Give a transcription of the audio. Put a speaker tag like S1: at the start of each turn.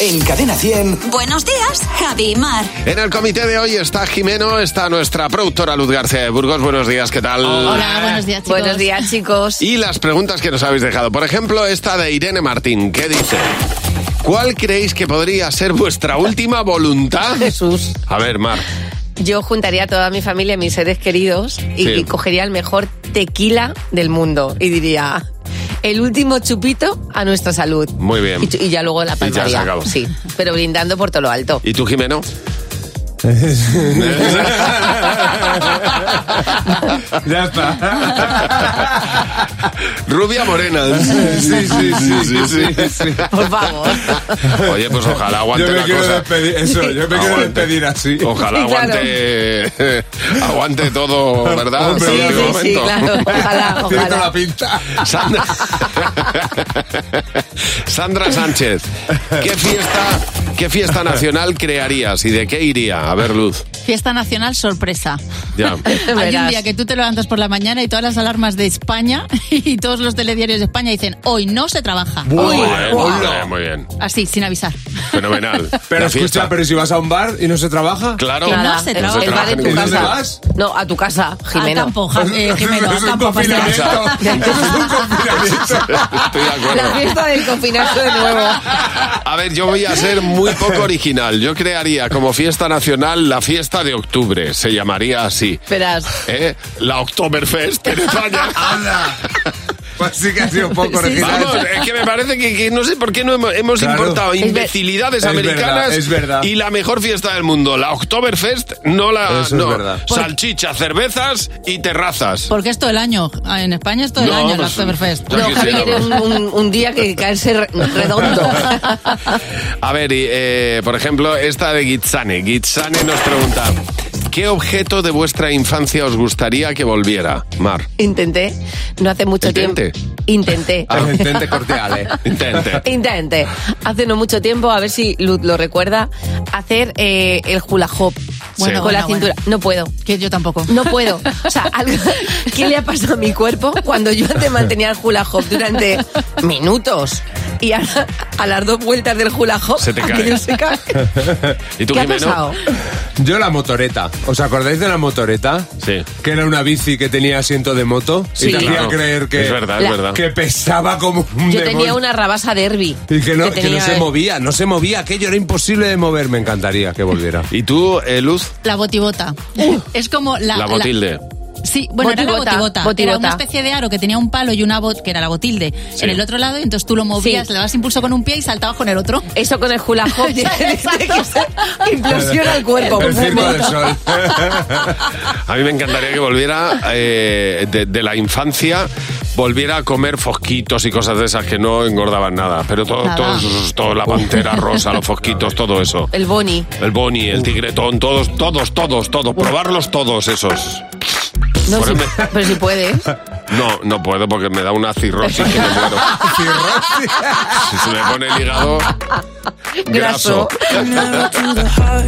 S1: En Cadena 100.
S2: Buenos días, Javi y Mar.
S3: En el comité de hoy está Jimeno, está nuestra productora Luz García de Burgos. Buenos días, ¿qué tal?
S4: Hola, buenos días, chicos.
S5: Buenos días, chicos.
S3: Y las preguntas que nos habéis dejado. Por ejemplo, esta de Irene Martín, que dice... ¿Cuál creéis que podría ser vuestra última voluntad?
S5: Jesús.
S3: A ver, Mar.
S5: Yo juntaría a toda mi familia, mis seres queridos, y,
S3: Sí.
S5: y cogería el mejor tequila del mundo. Y diría, el último chupito a nuestra salud.
S3: Muy bien.
S5: Y, chu- y ya luego la
S3: Y ya se
S5: palmaría.
S3: acabó.
S5: Sí, pero brindando por todo lo alto.
S3: ¿Y tú, Jimeno?
S6: Ya está.
S3: Rubia Morena.
S6: Sí, sí, sí, sí, sí, sí.
S5: Por favor.
S3: Oye, pues ojalá aguante
S6: Yo me
S3: la
S6: quiero
S3: cosa.
S6: despedir, eso, yo me quiero
S3: Aguante.
S6: despedir así.
S3: Ojalá
S5: Sí, claro.
S3: aguante, aguante todo, ¿verdad?
S6: Hombre,
S3: Hasta el
S6: sí,
S3: último
S6: sí,
S5: sí,
S3: momento.
S5: claro. Ojalá,
S6: Tiene toda
S5: ojalá.
S6: la pinta.
S3: Sandra... Sandra Sánchez, ¿qué fiesta, ¿qué fiesta nacional crearías y de qué iría? A ver, Luz.
S4: Fiesta Nacional Sorpresa.
S3: Ya. Ah,
S4: Hay un
S5: Verás.
S4: día que tú te levantas por la mañana y todas las alarmas de España y todos los telediarios de España dicen, hoy no se trabaja.
S3: Muy
S6: Uy,
S3: bien,
S6: hola.
S3: muy bien, muy bien.
S4: Así, sin avisar.
S3: Fenomenal.
S6: Pero
S3: La
S6: escucha,
S3: fiesta.
S6: pero si vas a un bar y no se trabaja.
S3: Claro.
S4: Que no
S5: Nada,
S4: se
S5: el-
S4: trabaja.
S5: el bar en
S3: ¿Y
S5: tu
S6: dónde
S5: casa.
S6: vas?
S5: No, a tu casa, Jimeno.
S4: Al campo, ja- eh, Jimeno, al
S6: es un
S4: campo.
S6: confinamiento.
S4: pastel.
S6: Eso es un confinamiento.
S3: Estoy de
S5: La
S3: acuerdo.
S5: fiesta del confinamiento de nuevo.
S3: A ver, yo voy a ser muy poco original. Yo crearía como fiesta nacional la fiesta de octubre. Se llamaría así.
S5: Verás.
S3: ¿Eh? La Oktoberfest en España.
S6: Anda. Pues sí que ha sido un poco original.
S3: Vamos, eh. es que me parece que, que no sé por qué no hemos, hemos
S6: Claro.
S3: importado
S6: Es
S5: ver-
S3: imbecilidades
S6: Es
S3: americanas
S6: verdad, es verdad.
S3: y la mejor fiesta del mundo, la Oktoberfest, no la
S6: Eso es
S3: no,
S6: verdad.
S3: salchicha, cervezas y terrazas.
S4: Porque es todo el año. En España es todo el
S3: No,
S4: año el
S3: pues-
S4: Oktoberfest.
S3: Yo
S5: No,
S3: quisiera,
S5: Javi quiere un,
S3: vamos.
S5: un- un día que caerse re- redondo.
S3: A ver, y, eh, por ejemplo, esta de Gitzane. Gitzane nos pregunta, ¿qué objeto de vuestra infancia os gustaría que volviera? Mar,
S5: Intenté, no hace mucho
S3: Intente.
S5: tiempo. Intenté.
S3: Ah.
S6: Intente corteale.
S3: intente.
S5: Intenté. Hace no mucho tiempo, a ver si Luz lo recuerda, hacer eh, el hula hop
S3: Bueno,
S5: con
S4: bueno,
S5: la cintura.
S4: bueno.
S5: No puedo.
S4: Que yo tampoco.
S5: No puedo. O sea, algo- ¿qué le ha pasado a mi cuerpo cuando yo antes mantenía el hula hop durante minutos? Y ahora, a las dos vueltas del hula hop,
S3: Se te cae.
S5: aquello se cae.
S3: ¿Y tú,
S5: ¿Qué ha
S3: Jimeno?
S5: pasado?
S6: Yo la motoreta. ¿Os acordáis de la motoreta?
S3: Sí.
S6: Que era una bici que tenía asiento de moto.
S5: Sí.
S6: Y te
S3: Claro.
S6: hacía creer que,
S3: Es verdad, es
S5: La-
S3: verdad.
S6: que pesaba como un
S5: Yo
S6: demonio.
S5: tenía una rabasa derby.
S6: Y que no, que no
S5: tenía-
S6: se movía, no se movía. Aquello era imposible de mover. Me encantaría que volviera.
S3: ¿Y tú, eh, Luz?
S4: La botibota. Es como la...
S3: La botilde.
S4: Sí, bueno, era
S5: Botibota,
S4: la botibota.
S5: botibota.
S4: Era una especie de aro que tenía un palo y una bot, que era la botilde, en el otro lado, y entonces tú lo movías,
S5: Sí.
S4: le dabas impulso con un pie y saltabas con el otro.
S5: Eso con el hula hop que implosiona el cuerpo.
S6: El circo del sol.
S3: A mí me encantaría que volviera eh, de, de la infancia, volviera a comer fosquitos y cosas de esas que no engordaban nada. Pero todo,
S4: Nada.
S3: todos esos- todo la pantera rosa, los fosquitos, todo eso.
S5: El boni.
S3: El boni, el tigretón, todos, todos, todos, todos. Probarlos todos esos.
S5: No,
S3: Por
S5: si-
S3: ende-
S5: pero si puede. ¿eh?
S3: No, no puedo porque me da una cirrosis que me muero. Si se me pone el hígado graso.
S5: Graso.